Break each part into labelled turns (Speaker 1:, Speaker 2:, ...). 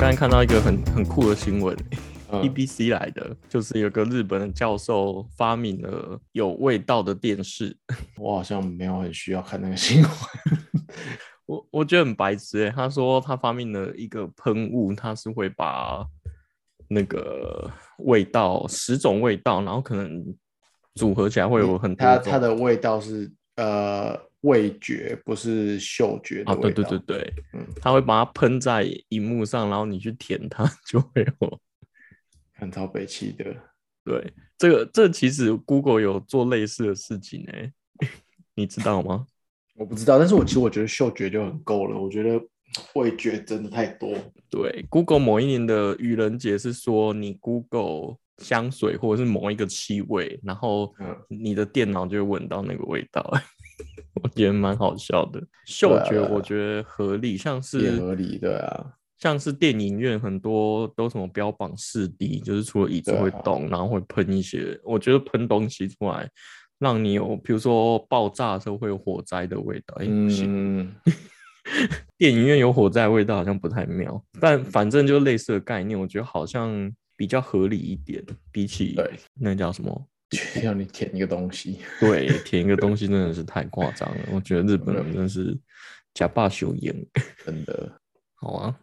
Speaker 1: 天看到一个很很酷的新闻、
Speaker 2: 嗯
Speaker 1: e b c 来的，就是有个日本的教授发明了有味道的电视，
Speaker 2: 我好像没有很需要看那个新闻。
Speaker 1: 我我觉得很白痴诶、欸他说他发明了一个喷雾，它是会把那个味道十种味道，然后可能组合起来会有 很多
Speaker 2: 它
Speaker 1: 种
Speaker 2: 嗯它的味道是呃味觉，不是嗅觉的
Speaker 1: 啊，
Speaker 2: 味
Speaker 1: 对
Speaker 2: 道。
Speaker 1: 对对对，
Speaker 2: 嗯
Speaker 1: 他会把它喷在荧幕上，然后你去舔它就会有。
Speaker 2: 很超北气的。
Speaker 1: 对，这个这其实 Google 有做类似的事情诶、 你知道吗？
Speaker 2: 我不知道，但是我其实我觉得嗅觉就很够了，我觉得味觉真的太多。
Speaker 1: 对，Google 某一年的愚人节是说，你 Google 香水或者是某一个气味，然后
Speaker 2: 嗯
Speaker 1: 你的电脑就会闻到那个味道， 我觉得蛮好笑的。嗅
Speaker 2: 啊
Speaker 1: 觉
Speaker 2: 对啊
Speaker 1: 我觉得合理，像
Speaker 2: 也
Speaker 1: 是
Speaker 2: 合理的啊，
Speaker 1: 像是电影院很多都什么标榜四 D，就是除了椅子
Speaker 2: 对啊
Speaker 1: 会动，然后会喷一些，我觉得喷东西出来，让你有，比如说爆炸的时候会有火灾的味道，哎、不行。
Speaker 2: 嗯，
Speaker 1: 电影院有火灾的味道好像不太妙，但反正就类似的概念，我觉得好像比较合理一点，比起
Speaker 2: 对，
Speaker 1: 那叫什么，
Speaker 2: 要你舔一个东西，
Speaker 1: 对，舔一个东西真的是太夸张了，我觉得日本人真的是假霸修言。
Speaker 2: 真的。
Speaker 1: 好啊，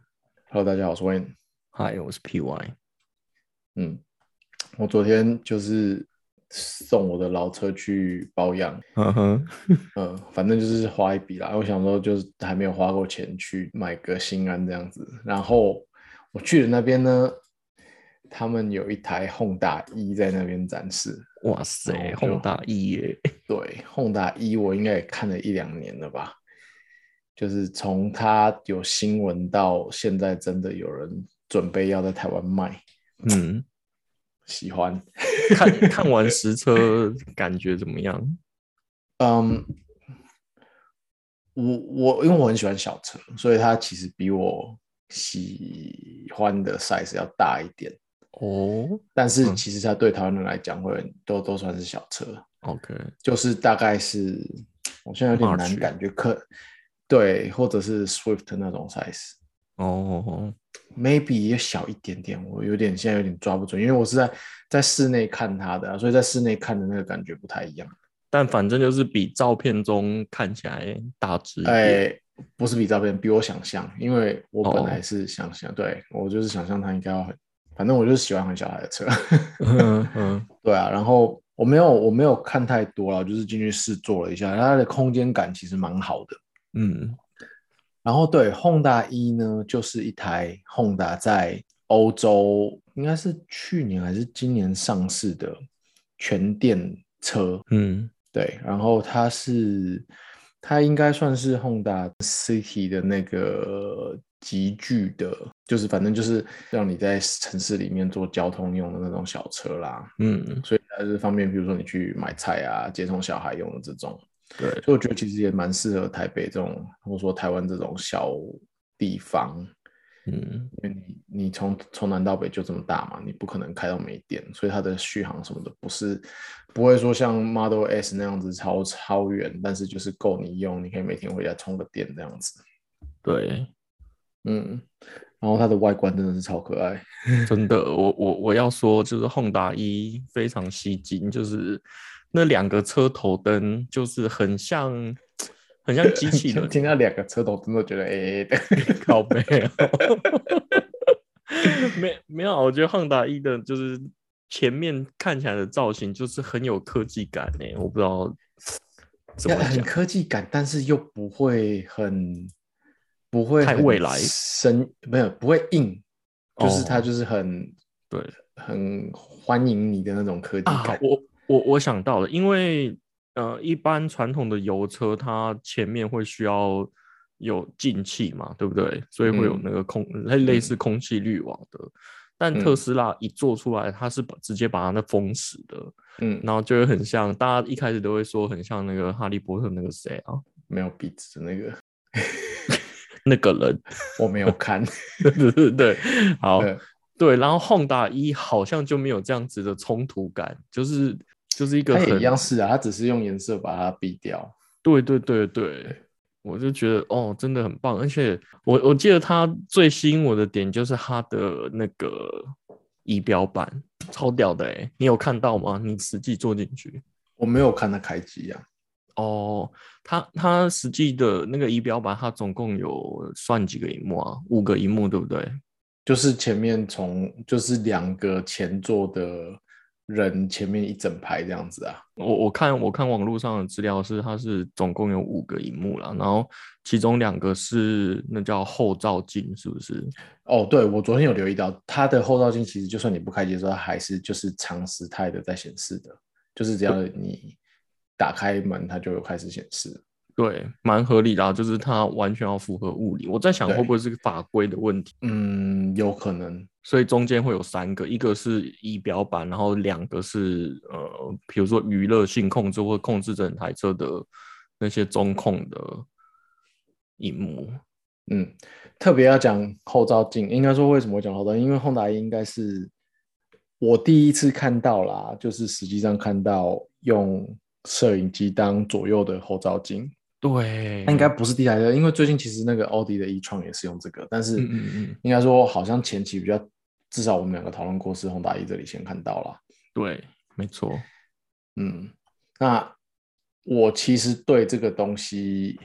Speaker 2: Hello，大家好，我是 Wayne。
Speaker 1: 嗨，我是 PY，
Speaker 2: 嗯，我昨天就是送我的老车去保养，
Speaker 1: 呵呵，
Speaker 2: 嗯，反正就是花一笔啦。我想说，就是还没有花过钱去买个心安这样子。然后我去的那边呢，他们有一台 Honda E 在那边展示。
Speaker 1: 哇塞，
Speaker 2: 好就
Speaker 1: 宏大 E 耶，
Speaker 2: 对，Honda E 我应该也看了一两年了吧，就是从它有新闻到现在，真的有人准备要在台湾卖，
Speaker 1: 嗯，
Speaker 2: 喜欢。
Speaker 1: 看看完实车感觉怎么样？
Speaker 2: 嗯，我我因为我很喜欢小车，所以它其实比我喜欢的 size 要大一点，
Speaker 1: 哦
Speaker 2: 但是
Speaker 1: 嗯
Speaker 2: 其实它对台湾人来讲会很都都算是小车，
Speaker 1: ，OK，
Speaker 2: 就是大概是我现在有点
Speaker 1: March
Speaker 2: 难感觉可对，或者是 Swift 那种 size。
Speaker 1: 哦，
Speaker 2: maybe 也小一点点，我有点现在有点抓不准，因为我是在在室内看它的啊、所以在室内看的那个感觉不太一样。
Speaker 1: 但反正就是比照片中看起来大只一点。
Speaker 2: 哎，不是比照片，比我想象，因为我本
Speaker 1: 哦
Speaker 2: 来是想象，对我就是想象它应该要很，反正我就是喜欢很小台的车。
Speaker 1: 嗯嗯
Speaker 2: 对啊，然后我没有我没有看太多了，就是进去试坐了一下，它的空间感其实蛮好的。
Speaker 1: 嗯，
Speaker 2: 然后对，Honda E 呢，就是一台 Honda 在欧洲应该是去年还是今年上市的全电车，
Speaker 1: 嗯，
Speaker 2: 对，然后它是它应该算是 Honda City 的那个集聚的，就是反正就是让你在城市里面做交通用的那种小车啦，
Speaker 1: 嗯，
Speaker 2: 所以它是方便，比如说你去买菜啊、接送小孩用的这种。
Speaker 1: 对，
Speaker 2: 所以我觉得其实也蛮适合台北这种，或者说台湾这种小地方，
Speaker 1: 嗯
Speaker 2: 因为你你从从南到北就这么大嘛，你不可能开到没电，所以它的续航什么的不是不会说像 Model S 那样子超超远，但是就是够你用，你可以每天回家充个电这样子。
Speaker 1: 对，
Speaker 2: 嗯，然后它的外观真的是超可爱，
Speaker 1: 真的，我我我要说，就是 Honda 一非常吸睛，就是那两个车头灯，就是很像很像机器人
Speaker 2: 听到两个车头真的觉得哎、欸的，
Speaker 1: 靠背、哦。 没没有啊，我觉得 Honda 一的就是 前面看起来的造型就是很有科技感呢、我不知道怎么
Speaker 2: 很
Speaker 1: 讲。
Speaker 2: 科技感，但是又不会很不会
Speaker 1: 太
Speaker 2: 很
Speaker 1: 未来
Speaker 2: 深，没有不会硬，就是它
Speaker 1: 哦
Speaker 2: 就是很
Speaker 1: 对，
Speaker 2: 很欢迎你的那种科技
Speaker 1: 啊
Speaker 2: 感，。
Speaker 1: 我我我想到了，因为呃，一般传统的油车它前面会需要有进气嘛，对不对？所以会有
Speaker 2: 嗯
Speaker 1: 那个空，类类似空气滤网的。但特
Speaker 2: 嗯
Speaker 1: 斯拉一做出来，它是把直接把它那封死的，
Speaker 2: 嗯，
Speaker 1: 然后就会很像大家一开始都会说很像那个哈利波特那个谁啊，
Speaker 2: 没有鼻子的那个
Speaker 1: 那个人，
Speaker 2: 我没有看，
Speaker 1: 对对对， 好，
Speaker 2: 嗯
Speaker 1: 对，然后 Honda 一好像就没有这样子的冲突感，就是就是一个
Speaker 2: 它也
Speaker 1: 很
Speaker 2: 一样是啊，它只是用颜色把它避掉。
Speaker 1: 对对对对，我就觉得哦，真的很棒。而且我我记得它最吸引我的点就是它的那个仪表板，超屌的哎、你有看到吗？你实际坐进去
Speaker 2: 我没有看它开机啊，
Speaker 1: 哦，它它实际的那个仪表板，它总共有算几个荧幕啊？五个荧幕对不对？
Speaker 2: 就是前面从就是两个前座的人前面一整排这样子啊。
Speaker 1: 我我看我看网络上的资料是，它是总共有五个荧幕啦，然后其中两个是那叫后照镜，是不是？
Speaker 2: 哦，对，我昨天有留意到，它的后照镜其实就算你不开机的时候，它还是就是长时态的在显示的，就是只要你打开门，它就有开始显示。
Speaker 1: 对，蛮合理的、啊，就是它完全要符合物理。我在想
Speaker 2: 对
Speaker 1: 会不会是法规的问题，
Speaker 2: 嗯，有可能。
Speaker 1: 所以中间会有三个，一个是仪表板，然后两个是呃，比如说娱乐性控制或控制整台车的那些中控的荧幕。
Speaker 2: 嗯，特别要讲后照镜，应该说为什么会讲后照镜？因为 Honda 应该是我第一次看到啦，就是实际上看到用摄影机当左右的后照镜。
Speaker 1: 对，
Speaker 2: 那应该不是第一台车，因为最近其实那个奥迪的 e 创也是用这个，但是
Speaker 1: 嗯嗯嗯
Speaker 2: 应该说好像前期比较，至少我们两个讨论过是宏达 E 这里先看到啦。
Speaker 1: 对，没错。
Speaker 2: 嗯，那我其实对这个东西，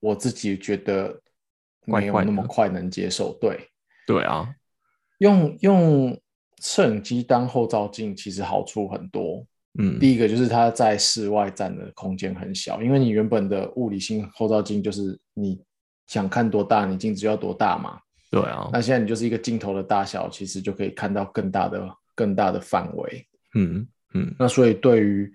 Speaker 2: 我自己觉得没有
Speaker 1: 怪怪
Speaker 2: 那么
Speaker 1: 的
Speaker 2: 快能接受。对，
Speaker 1: 对啊，
Speaker 2: 用用摄影机当后照镜，其实好处很多。
Speaker 1: 嗯，
Speaker 2: 第一个就是它在室外占的空间很小，因为你原本的物理性后照镜就是你想看多大，你镜子就要多大嘛。
Speaker 1: 对啊，
Speaker 2: 那现在你就是一个镜头的大小，其实就可以看到更大的、更大的范围。
Speaker 1: 嗯嗯，
Speaker 2: 那所以对于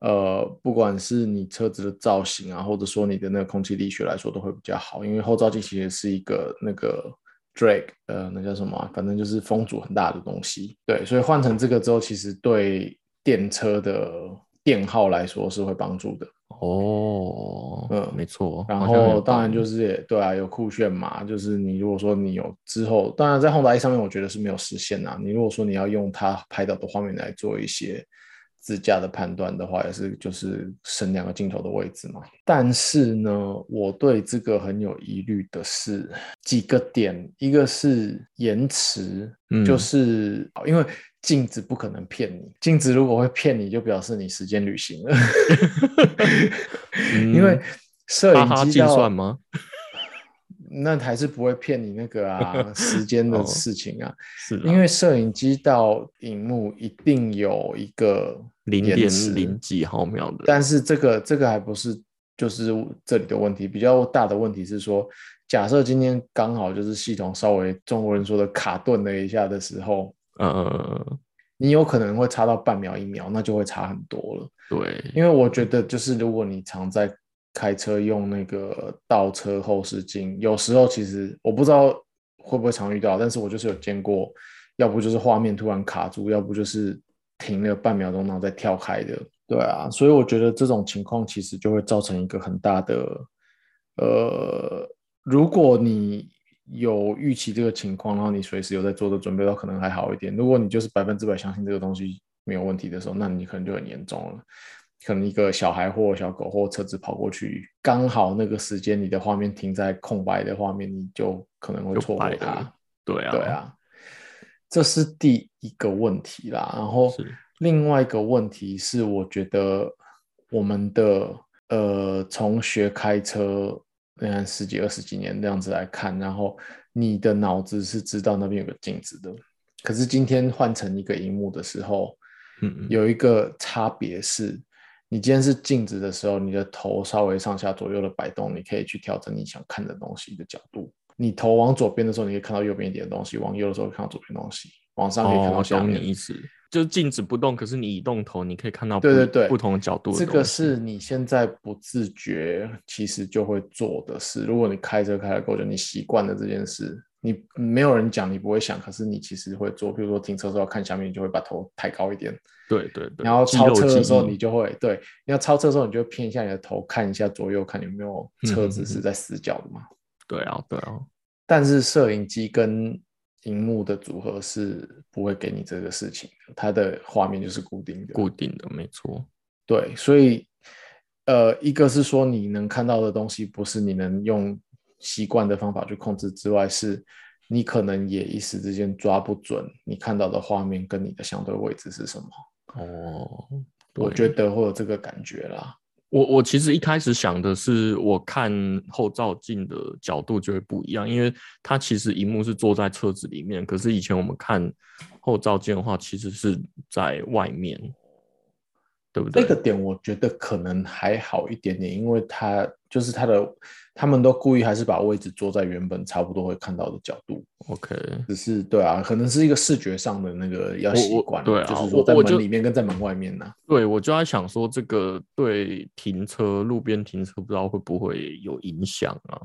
Speaker 2: 呃，不管是你车子的造型啊，或者说你的那个空气力学来说，都会比较好，因为后照镜其实是一个那个 drag，呃，那叫什么啊、反正就是风阻很大的东西。对，所以换成这个之后，其实对电车的电耗来说是会帮助的。
Speaker 1: 哦，
Speaker 2: 嗯
Speaker 1: 没错。
Speaker 2: 然
Speaker 1: 好像
Speaker 2: 后
Speaker 1: 有
Speaker 2: 当
Speaker 1: 道
Speaker 2: 然
Speaker 1: 理
Speaker 2: 就是也对啊，有酷炫嘛，就是你如果说你有之后，当然在 Honda E 上面我觉得是没有实现啊。你如果说你要用它拍到的画面来做一些自驾的判断的话，也是就是省两个镜头的位置嘛。但是呢，我对这个很有疑虑的是几个点，一个是延迟，
Speaker 1: 嗯
Speaker 2: 就是因为。镜子不可能骗你，镜子如果会骗你，就表示你时间旅行了。 因为
Speaker 1: 嗯
Speaker 2: 摄
Speaker 1: 哈
Speaker 2: 影
Speaker 1: 哈
Speaker 2: 机
Speaker 1: 计
Speaker 2: 到
Speaker 1: 算吗？
Speaker 2: 那还是不会骗你那个 啊时间的
Speaker 1: 哦
Speaker 2: 事情啊，
Speaker 1: 是啊，
Speaker 2: 因为摄影机到荧幕一定有一个
Speaker 1: 零
Speaker 2: 延
Speaker 1: 点
Speaker 2: 迟
Speaker 1: 零几毫秒的，
Speaker 2: 但是这个这个还不是就是这里的问题，比较大的问题是说，假设今天刚好就是系统稍微中国人说的卡顿了一下的时候，
Speaker 1: 呃，
Speaker 2: 你有可能会差到半秒一秒，那就会差很多了。
Speaker 1: 对，
Speaker 2: 因为我觉得，就是如果你常在开车用那个倒车后视镜，有时候其实我不知道会不会常遇到，但是我就是有见过，要不就是画面突然卡住，要不就是停了半秒钟然后再跳开的。对啊，所以我觉得这种情况其实就会造成一个很大的，呃，如果你有预期这个情况，然后你随时有在做的准备，到可能还好一点。如果你就是百分之百相信这个东西没有问题的时候，那你可能就很严重了。可能一个小孩或小狗或车子跑过去，刚好那个时间你的画面停在空白的画面，你就可能会
Speaker 1: 就
Speaker 2: 错过
Speaker 1: 白
Speaker 2: 它
Speaker 1: 了。对啊，
Speaker 2: 对，啊，这是第一个问题啦。然后
Speaker 1: 是
Speaker 2: 另外一个问题是，我觉得我们的呃，从学开车，嗯，十几二十几年这样子来看，然后你的脑子是知道那边有个镜子的，可是今天换成一个荧幕的时候，
Speaker 1: 嗯，嗯
Speaker 2: 有一个差别是，你今天是静止的时候，你的头稍微上下左右的摆动，你可以去调整你想看的东西的角度。你头往左边的时候，你可以看到右边一点的东西；往右的时候，可以看到左边的东西；往上可以看
Speaker 1: 哦，
Speaker 2: 到
Speaker 1: 我
Speaker 2: 下
Speaker 1: 懂你
Speaker 2: 面。
Speaker 1: 意思，就是静止不动，可是你移动头，你可以看到
Speaker 2: 对
Speaker 1: 不
Speaker 2: 对对，
Speaker 1: 不同的角度的
Speaker 2: 这
Speaker 1: 东
Speaker 2: 个
Speaker 1: 西
Speaker 2: 是你现在不自觉，其实就会做的事。如果你开车开得够久，你习惯了这件事，你没有人讲，你不会想，可是你其实会做。比如说停车的时候看下面，你就会把头抬高一点。
Speaker 1: 对对对，
Speaker 2: 然后
Speaker 1: 肌
Speaker 2: 超
Speaker 1: 肉
Speaker 2: 车
Speaker 1: 记
Speaker 2: 的时候，
Speaker 1: 忆
Speaker 2: 你就会对，你要超车的时候，你就会偏一下你的头，看一下左右，看有没有
Speaker 1: 嗯
Speaker 2: 车
Speaker 1: 嗯
Speaker 2: 子
Speaker 1: 嗯
Speaker 2: 是在死角的嘛。
Speaker 1: 对啊对啊，
Speaker 2: 但是摄影机跟荧幕的组合是不会给你这个事情的，它的画面就是固定的。
Speaker 1: 固定的没错，
Speaker 2: 对，所以呃，一个是说你能看到的东西不是你能用习惯的方法去控制之外，是你可能也一时之间抓不准你看到的画面跟你的相对位置是什么。
Speaker 1: 哦，
Speaker 2: 我
Speaker 1: 对
Speaker 2: 觉得会有这个感觉啦。
Speaker 1: 我我其实一开始想的是，我看后照镜的角度就会不一样，因为它其实荧幕是坐在车子里面，可是以前我们看后照镜的话，其实是在外面，对不对？
Speaker 2: 这个点我觉得可能还好一点点，因为他就是他的，他们都故意还是把位置坐在原本差不多会看到的角度，
Speaker 1: OK，
Speaker 2: 只是对啊，可能是一个视觉上的那个要
Speaker 1: 我
Speaker 2: 习
Speaker 1: 我
Speaker 2: 惯，
Speaker 1: 对啊
Speaker 2: 就是
Speaker 1: 我
Speaker 2: 说在
Speaker 1: 我就
Speaker 2: 门里面跟在门外面啊呢、
Speaker 1: 对我就在想说，这个对停车、路边停车不知道会不会有影响啊？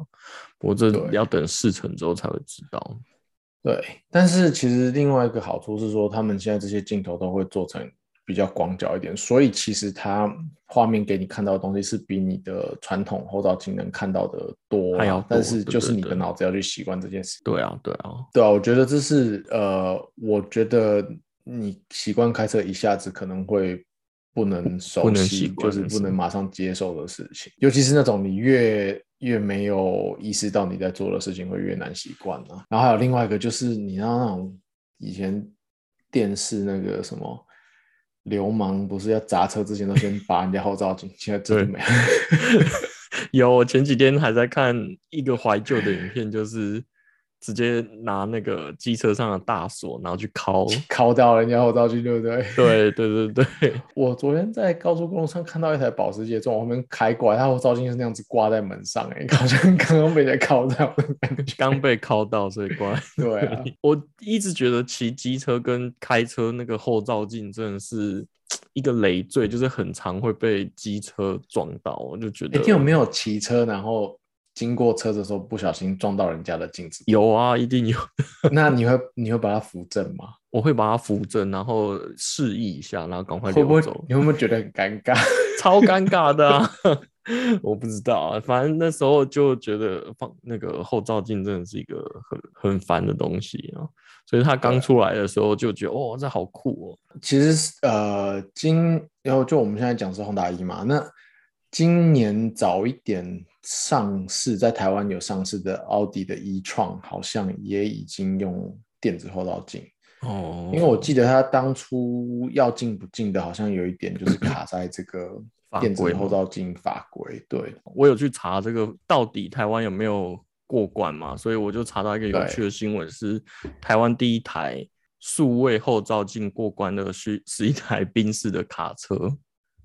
Speaker 1: 我这
Speaker 2: 对
Speaker 1: 要等事成之后才会知道。
Speaker 2: 对，但是其实另外一个好处是说，他们现在这些镜头都会做成比较广角一点，所以其实它画面给你看到的东西是比你的传统后照镜能看到的多啊，
Speaker 1: 还要多
Speaker 2: 但是
Speaker 1: 对
Speaker 2: 就是
Speaker 1: 对
Speaker 2: 你的
Speaker 1: 对
Speaker 2: 脑子要去习惯这件事。
Speaker 1: 对啊，对啊，
Speaker 2: 对啊，我觉得这是呃，我觉得你习惯开车一下子可能会不能熟
Speaker 1: 不能
Speaker 2: 悉，
Speaker 1: 习惯
Speaker 2: 就是不
Speaker 1: 是
Speaker 2: 能马上接受的事情，尤其是那种你越越没有意识到你在做的事情，会越难习惯啊。然后还有另外一个就是，你知道那种以前电视那个什么。流氓不是要砸车之前都先拔人家后照镜，现在真的
Speaker 1: 对
Speaker 2: 没有。
Speaker 1: 有，我前几天还在看一个怀旧的影片，就是直接拿那个机车上的大锁，然后去敲。
Speaker 2: 敲到人家后照镜，对不对？
Speaker 1: 对对对对，
Speaker 2: 我昨天在高速公路上看到一台保时捷从我后面开过来，它后照镜是那样子挂在门上、欸， 好像刚刚被人家铐到的感觉。
Speaker 1: 刚被敲到，所以乖。
Speaker 2: 对 啊，
Speaker 1: 我一直觉得骑机车跟开车那个后照镜真的是一个累赘，就是很常会被机车撞到，我就觉
Speaker 2: 欸
Speaker 1: 得。
Speaker 2: 你有没有骑车然后经过车的时候不小心撞到人家的 镜子？
Speaker 1: 有啊，一定有。
Speaker 2: 那你会你会把它扶正吗？
Speaker 1: 我会把它扶正，然后示意一下，然后赶快
Speaker 2: 会不
Speaker 1: 溜
Speaker 2: 会
Speaker 1: 走。
Speaker 2: 你会不会觉得很尴尬？
Speaker 1: 超尴尬的、啊。 我不知道啊，反正那时候就觉得放那个后照镜真的是一个很很烦的东西啊，所以它刚出来的时候就觉得哦，这好酷
Speaker 2: 其实是呃，今然后就我们现在讲是宏达一嘛，那今年早一点上市，在台湾有上市的奥迪的 e 创，好像也已经用电子后照镜，
Speaker 1: 哦。哦，
Speaker 2: 因为我记得它当初要进不进的，好像有一点就是卡在这个
Speaker 1: 法
Speaker 2: 电子
Speaker 1: 规
Speaker 2: 后
Speaker 1: 吗
Speaker 2: 照镜法规，对，
Speaker 1: 我有去查这个到底台湾有没有过关嘛，所以我就查到一个有
Speaker 2: 对
Speaker 1: 趣的新闻是，台湾第一台数位后照镜过关的是是一台宾士的卡车。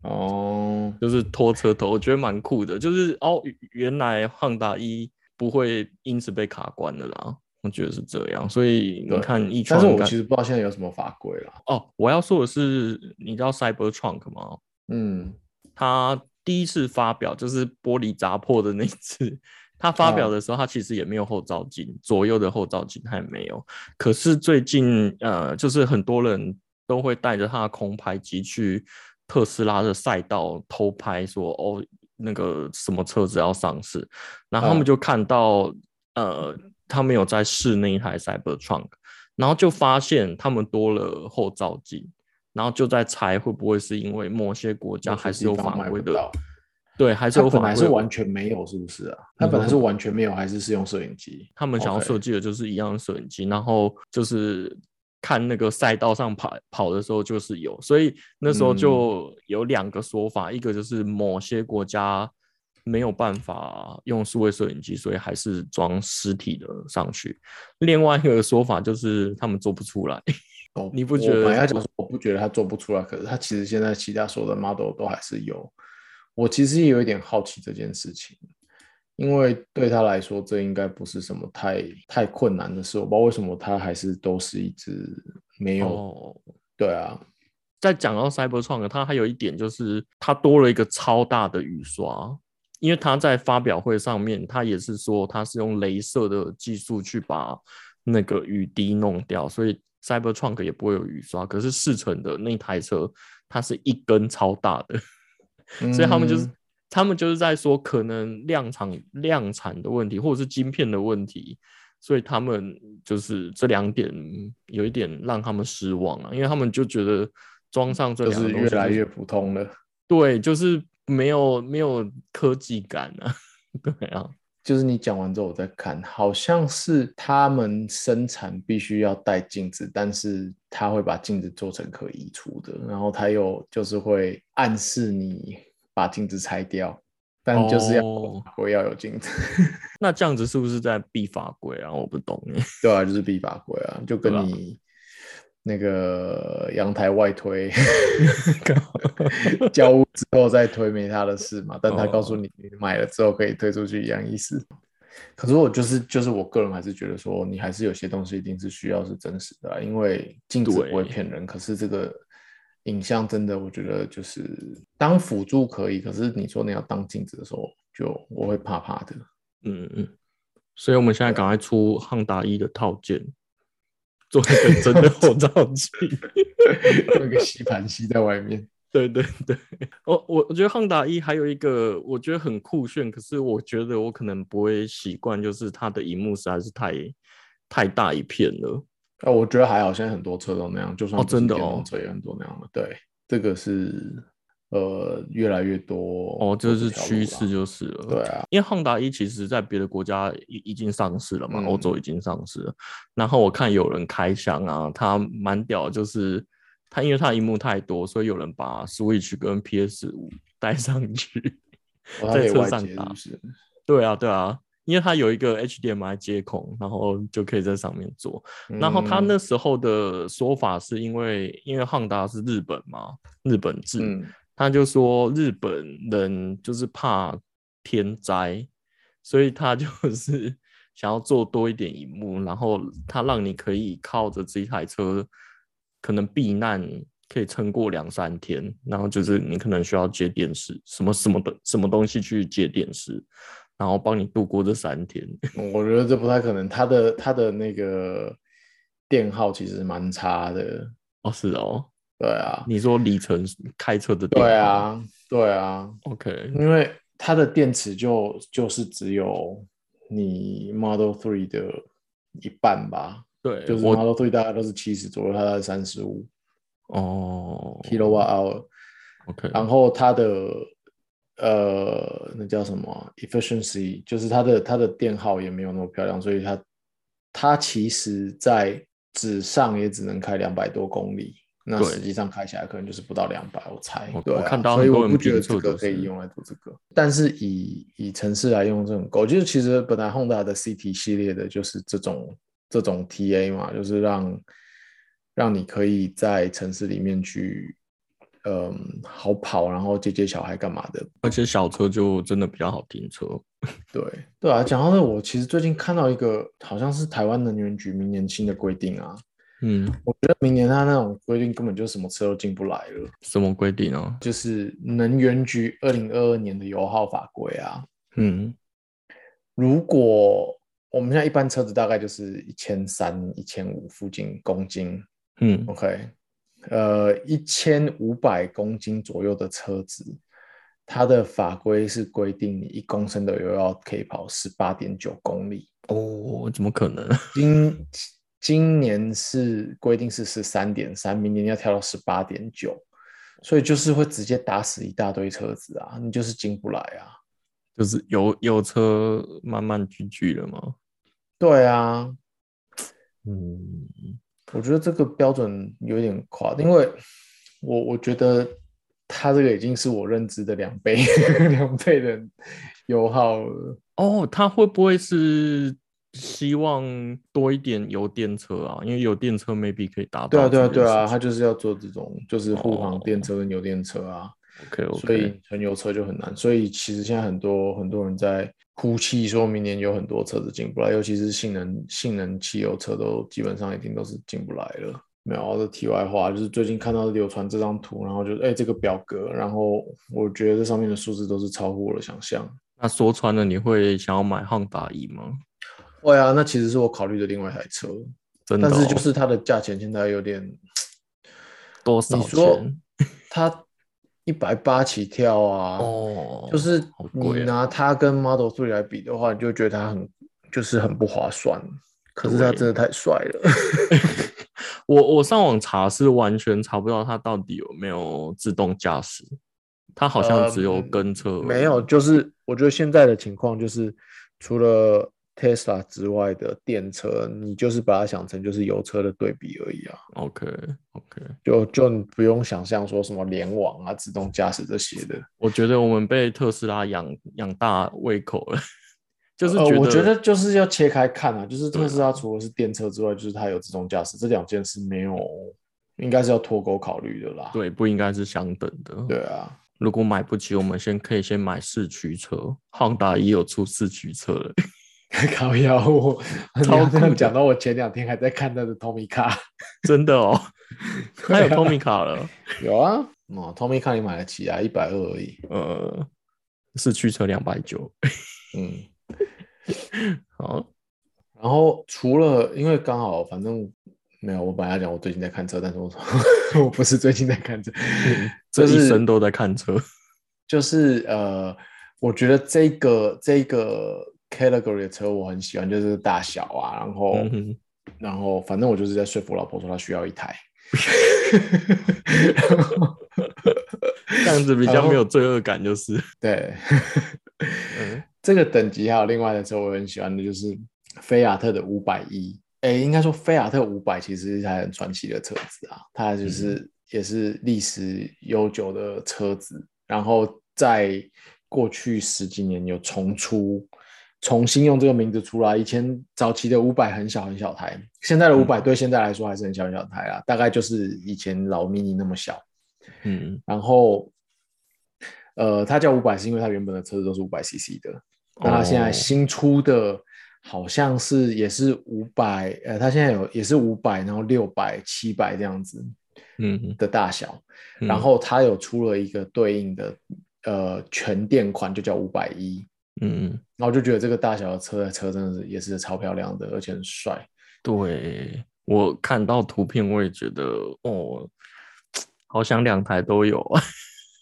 Speaker 2: 哦，
Speaker 1: 就是拖车头，我觉得蛮酷的。就是哦，原来汉达一不会因此被卡关的啦，我觉得是这样。所以你
Speaker 2: 对
Speaker 1: 看一
Speaker 2: 但是
Speaker 1: 创
Speaker 2: 我
Speaker 1: 感
Speaker 2: 其实不知道现在有什么法规啦，
Speaker 1: 哦，我要说的是，你知道 Cybertruck 吗？
Speaker 2: 嗯，
Speaker 1: 它第一次发表就是玻璃砸破的那一次，它发表
Speaker 2: 啊
Speaker 1: 的时候，它其实也没有后照镜，左右的后照镜它也没有。可是最近呃，就是很多人都会带着他的空拍机去特斯拉的赛道偷拍说，哦那个什么车子要上市，然后他们
Speaker 2: 啊
Speaker 1: 就看到、呃，他们有在试那一台 Cybertruck，然后就发现他们多了后照镜。然后就在猜会不会是因为某些国家
Speaker 2: 有些
Speaker 1: 还是
Speaker 2: 地
Speaker 1: 有
Speaker 2: 方
Speaker 1: 法
Speaker 2: 买
Speaker 1: 规
Speaker 2: 不
Speaker 1: 的
Speaker 2: 到，
Speaker 1: 对，还是
Speaker 2: 它
Speaker 1: 有
Speaker 2: 本
Speaker 1: 法
Speaker 2: 来
Speaker 1: 规
Speaker 2: 是
Speaker 1: 的嗯
Speaker 2: 完全没有，是不是啊？它
Speaker 1: 你
Speaker 2: 本
Speaker 1: 说
Speaker 2: 来是完全没有，还是是用摄影机？
Speaker 1: 他们想要
Speaker 2: OK
Speaker 1: 设计的就是一样的摄影机，然后就是看那个赛道上跑跑的时候就是有，所以那时候
Speaker 2: 嗯
Speaker 1: 就有两个说法，一个就是某些国家没有办法用数位摄影机，所以还是装实体的上去；另外一个说法就是他们做不出来。
Speaker 2: 哦
Speaker 1: 你不觉得
Speaker 2: 我本来要讲说我不觉得他做不出来，可是他其实现在其他所有的 model 都还是有。我其实也有一点好奇这件事情，因为对他来说，这应该不是什么太太困难的事。我不知道为什么他还是都是一直没有。
Speaker 1: 哦，
Speaker 2: 对啊，
Speaker 1: 再讲到 Cybertruck，它还有一点就是它多了一个超大的雨刷，因为它在发表会上面，它也是说它是用镭射的技术去把那个雨滴弄掉，所以 Cybertruck 也不会有雨刷。可是试乘的那台车，它是一根超大的，所以他们就是
Speaker 2: 嗯
Speaker 1: 他们就是在说可能量产量产的问题，或者是晶片的问题，所以他们就是这两点有一点让他们失望了、因为他们就觉得装上这
Speaker 2: 就
Speaker 1: 两个
Speaker 2: 嗯是
Speaker 1: 东
Speaker 2: 越
Speaker 1: 西
Speaker 2: 来越普通了。
Speaker 1: 对，就是没有没有科技感啊， 对啊，
Speaker 2: 就是你讲完之后我再看，好像是他们生产必须要带镜子，但是他会把镜子做成可移除的，然后他又就是会暗示你把镜子拆掉，但就是要
Speaker 1: 哦
Speaker 2: 我要有镜子，
Speaker 1: 那这样子是不是在避法规啊？我不懂哎、
Speaker 2: 对啊，就是必法规啊，就
Speaker 1: 对
Speaker 2: 跟
Speaker 1: 啊
Speaker 2: 你那个阳台外推
Speaker 1: 欸。
Speaker 2: 交屋之后再推没他的事嘛，但他
Speaker 1: 哦
Speaker 2: 告诉你你买了之后可以推出去一样意思。可是我就是就是我个人还是觉得说，你还是有些东西一定是需要是真实的啊、因为镜子
Speaker 1: 对
Speaker 2: 不会骗人。可是这个影像真的，我觉得就是当辅助可以，可是你说你要当镜子的时候，就我会怕怕的。
Speaker 1: 嗯嗯，所以我们现在赶快出汉达一的套件，做一个真 的后照镜。
Speaker 2: 有一个吸盘吸在外面，
Speaker 1: 对对对，我我我觉得汉达一还有一个我觉得很酷炫，可是我觉得我可能不会习惯，就是它的荧幕实在是太太大一片了。
Speaker 2: 啊，我觉得还好，现在很多车都那样，就算
Speaker 1: 哦
Speaker 2: 不是
Speaker 1: 真的
Speaker 2: 电
Speaker 1: 哦
Speaker 2: 动车也很多那样的。对，这个是呃越来越多
Speaker 1: 哦，这
Speaker 2: 走这
Speaker 1: 是
Speaker 2: 条路
Speaker 1: 趋
Speaker 2: 啦
Speaker 1: 势就是了。
Speaker 2: 对啊，
Speaker 1: 因为汉达一其实在别的国家已已经上市了嘛，
Speaker 2: 嗯
Speaker 1: 欧、洲已经上市了。然后我看有人开箱啊，他蛮屌，就是他因为他的荧幕太多，所以有人把 Switch 跟 PS 五带上去。
Speaker 2: 哦它
Speaker 1: 在
Speaker 2: 可以
Speaker 1: 车
Speaker 2: 外
Speaker 1: 上
Speaker 2: 接是
Speaker 1: 打
Speaker 2: 不是？
Speaker 1: 对啊，对啊，因为它有一个 HDMI 接孔，然后就可以在上面做。然后
Speaker 2: 嗯
Speaker 1: 他那时候的说法是因为，因为汉达是日本嘛，日本制，
Speaker 2: 嗯，嗯
Speaker 1: 他就说日本人就是怕天灾，所以他就是 想要做多一点荧幕，然后他让你可以靠着这一台车，可能避难可以撑过两三天，然后就是你可能需要接电视，什么什么的什么东西去接电视，然后帮你度过这三天。
Speaker 2: 嗯我觉得这不太可能。它的它的那个电耗其实蛮差的，
Speaker 1: 哦，是哦，
Speaker 2: 对啊，
Speaker 1: 你说里程开车的
Speaker 2: 对
Speaker 1: 电话
Speaker 2: 啊，对啊，
Speaker 1: ，OK，
Speaker 2: 因为它的电池就就是只有你 Model Three 的一半吧，
Speaker 1: 对，
Speaker 2: 就是
Speaker 1: 我
Speaker 2: Model Three 大概都是七十左右，它大概三十五
Speaker 1: 哦
Speaker 2: kilowatt hour，
Speaker 1: ，OK，
Speaker 2: 然后它的呃那叫什么啊 efficiency，就是它的它的电耗也没有那么漂亮，所以它它其实在纸上也只能开两百多公里。那
Speaker 1: 对
Speaker 2: 实际上开起来可能就是不到两百，我猜。
Speaker 1: 我
Speaker 2: 对啊、
Speaker 1: 我看到
Speaker 2: 所以
Speaker 1: 很多
Speaker 2: 我
Speaker 1: 人
Speaker 2: 不觉得
Speaker 1: 评测
Speaker 2: 这个
Speaker 1: 都
Speaker 2: 可以
Speaker 1: 是
Speaker 2: 用来做这个。但是以以城市来用这种狗，就是其实本来 Honda 的 CT 系列的就是这种这种 TA 嘛，就是让让你可以在城市里面去，嗯，好跑，然后接接小孩干嘛的。
Speaker 1: 而且小车就真的比较好停车。
Speaker 2: 对对啊，讲到这，我其实最近看到一个好像是台湾能源局明年新的规定啊，
Speaker 1: 嗯，
Speaker 2: 我觉得明年它那种规定根本就什么车都进不来了，
Speaker 1: 什么规定啊？
Speaker 2: 就是能源局二零二二年的油耗法规啊。
Speaker 1: 嗯，
Speaker 2: 如果我们现在一般车子大概就是一千三、一千五附近公斤
Speaker 1: 嗯，
Speaker 2: ，OK，呃，一千五百公斤左右的车子，它的法规是规定你一公升的油要可以跑十八点九公里。
Speaker 1: 哦，怎么可能？
Speaker 2: 今今年是规定是十三点三，明年要跳到十八点九，所以就是会直接打死一大堆车子啊，你就是进不来啊。
Speaker 1: 就是有有车慢慢聚聚了吗？
Speaker 2: 对啊，
Speaker 1: 嗯，
Speaker 2: 我觉得这个标准有点夸，因为我我觉得它这个已经是我认知的两倍， 两倍的油耗了。
Speaker 1: 哦，他会不会是希望多一点油电车啊？因为油电车 maybe 可以达到。
Speaker 2: 对啊，对啊，对啊，它就是要做这种，就是护
Speaker 1: 哦
Speaker 2: 航电车跟油电车啊，
Speaker 1: OK
Speaker 2: 所
Speaker 1: OK，
Speaker 2: 以纯油车就很难。所以其实现在很多很多人在哭泣，说明年有很多车子进不来，尤其是性能性能汽油车都基本上已经都是进不来了。没有，啊这题外话，就是最近看到流传这张图，然后就哎、这个表格，然后我觉得这上面的数字都是超乎我的想象。
Speaker 1: 那说穿了，你会想要买汉达 E 吗？
Speaker 2: 对啊，那其实是我考虑的另外一台车，
Speaker 1: 真的、哦，
Speaker 2: 但是就是它的价钱现在有点，
Speaker 1: 多少
Speaker 2: 你说
Speaker 1: 钱？
Speaker 2: 它一百八起跳啊，
Speaker 1: 哦，
Speaker 2: 就是
Speaker 1: 好
Speaker 2: 你
Speaker 1: 贵啊
Speaker 2: 拿它跟 Model 3来比的话，你就觉得它很就是很不划算。可是它
Speaker 1: 对
Speaker 2: 真的太帅了，
Speaker 1: 我我上网查是完全查不到它到底有没有自动驾驶，它好像只有跟车、
Speaker 2: 呃 没有，，就是我觉得现在的情况就是，除了 Tesla 之外的电车，你就是把它想成就是油车的对比而已啊，
Speaker 1: OK OK，
Speaker 2: 就就你不用想象说什么联网啊、自动驾驶这些的。
Speaker 1: 我觉得我们被特斯拉养养大胃口了， 就是
Speaker 2: 呃，我
Speaker 1: 觉
Speaker 2: 觉得就是要切开看啊，就是
Speaker 1: 对
Speaker 2: 特斯拉除了是电车之外，就是它有自动驾驶，这两件事没有，应该是要脱钩考虑的啦。
Speaker 1: 对不应该是相等的。
Speaker 2: 对，啊，
Speaker 1: 如果买不起，我们先可以先买四驱车，汉达也有出四驱车了。
Speaker 2: 搞腰我，你
Speaker 1: 超
Speaker 2: 要这
Speaker 1: 酷的
Speaker 2: 样讲到我前两天还在看他的 Tomica，
Speaker 1: 真的 哦，
Speaker 2: 对
Speaker 1: 还
Speaker 2: 啊
Speaker 1: 有 Tomica 了，
Speaker 2: 有啊，哦，Tomica 你买得起啊，一百二而已，
Speaker 1: 呃，四驱车两百九，
Speaker 2: 嗯。
Speaker 1: 好，
Speaker 2: 然后除了因为刚好反正没有，我本来要讲我最近在看车，但是我 我不是最近在看车，嗯
Speaker 1: 这
Speaker 2: 就是
Speaker 1: 一生都在看车，
Speaker 2: 就是呃，我觉得这个这个 category 的车我很喜欢，就是大小啊，然后、
Speaker 1: 嗯哼，
Speaker 2: 然后反正我就是在说服我老婆说她需要一 台，然后
Speaker 1: 这样子比较没有罪恶感，就是，
Speaker 2: 对，
Speaker 1: 嗯，
Speaker 2: 这个等级还有另外的车，我很喜欢的就是菲亚特的五百一。诶，应该说菲亚特五百其实是一台很传奇的车子啊，它就是、也是历史悠久的车子，然后在过去十几年有重出。重新用这个名字出来，以前早期的五百很小很小台，现在的五百对现在来说还是很小很小台啦，啊大概就是以前老 mini 那么小。
Speaker 1: 嗯
Speaker 2: 然后，呃，它叫五百是因为它原本的车子都是五百 CC 的，那它现在
Speaker 1: 哦
Speaker 2: 新出的好像是也是五百，呃，它现在有也是五百，然后六百、七百这样子
Speaker 1: 嗯，
Speaker 2: 的大小，
Speaker 1: 嗯
Speaker 2: 然，后它有出了一个对应的呃全电款，就叫五百一。
Speaker 1: 嗯嗯，
Speaker 2: 然后我就觉得这个大小的车车真的是也是超漂亮的，而且很帅。
Speaker 1: 对我看到图片，我也觉得，哦，好想两台都有啊。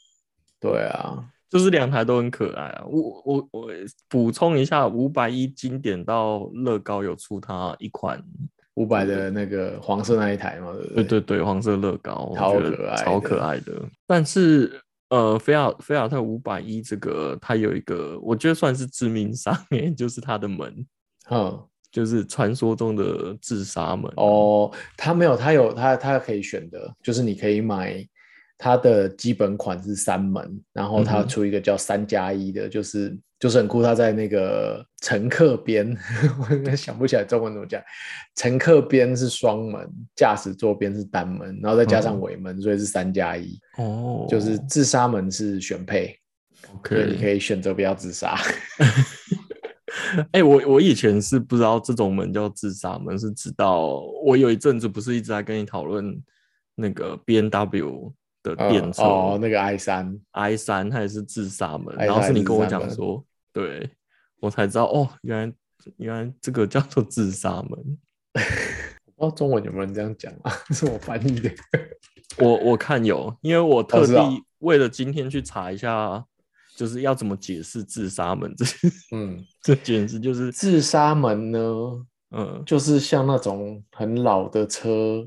Speaker 2: 对啊，
Speaker 1: 就是两台都很可爱啊。我我我补充一下，五百一经典到乐高有出它一款，
Speaker 2: 五百的那个黄色那一台嘛，对不
Speaker 1: 对
Speaker 2: 对？
Speaker 1: 对对，黄色乐高，我
Speaker 2: 超
Speaker 1: 觉得
Speaker 2: 可爱
Speaker 1: 超
Speaker 2: 的
Speaker 1: 可爱的。但是呃，菲亚菲亚特五百一这个，它有一个我觉得算是致命伤 诶、就是它的门，
Speaker 2: 嗯，
Speaker 1: 就是传说中的自杀门啊、
Speaker 2: 哦，它没有，它有它它可以选的，就是你可以买它的基本款是三门，然后它
Speaker 1: 嗯哼
Speaker 2: 出一个叫三加一的，就是就是很酷，它在那个乘客边， 我想不起来中文怎么讲，乘客边是双门，驾驶座边是单门，然后再加上
Speaker 1: 嗯
Speaker 2: 尾门，所以是三加一，
Speaker 1: 哦，
Speaker 2: 就是自杀门是选配，所以你可
Speaker 1: OK。
Speaker 2: 以选择不要自杀。
Speaker 1: 哎、我我以前是不知道这种门叫自杀门，是直到我有一阵子不是一直在跟你讨论那个 B N W 的
Speaker 2: 呃
Speaker 1: 电车、
Speaker 2: 哦，那个 i 三，
Speaker 1: i 三，它也是自杀门，
Speaker 2: i3
Speaker 1: 然后是你跟我
Speaker 2: 还
Speaker 1: 讲
Speaker 2: 是自杀
Speaker 1: 说，对我才知道哦，原来原来这个叫做自杀门。
Speaker 2: 不知道中文有没有人这样讲啊？ 是我翻译的。
Speaker 1: 我我看有，因为我特
Speaker 2: 是哦
Speaker 1: 地为了今天去查一下，就是要怎么解释自杀门这
Speaker 2: 嗯，
Speaker 1: 这简直就是
Speaker 2: 自杀门呢，
Speaker 1: 嗯
Speaker 2: 就是像那种很老的车，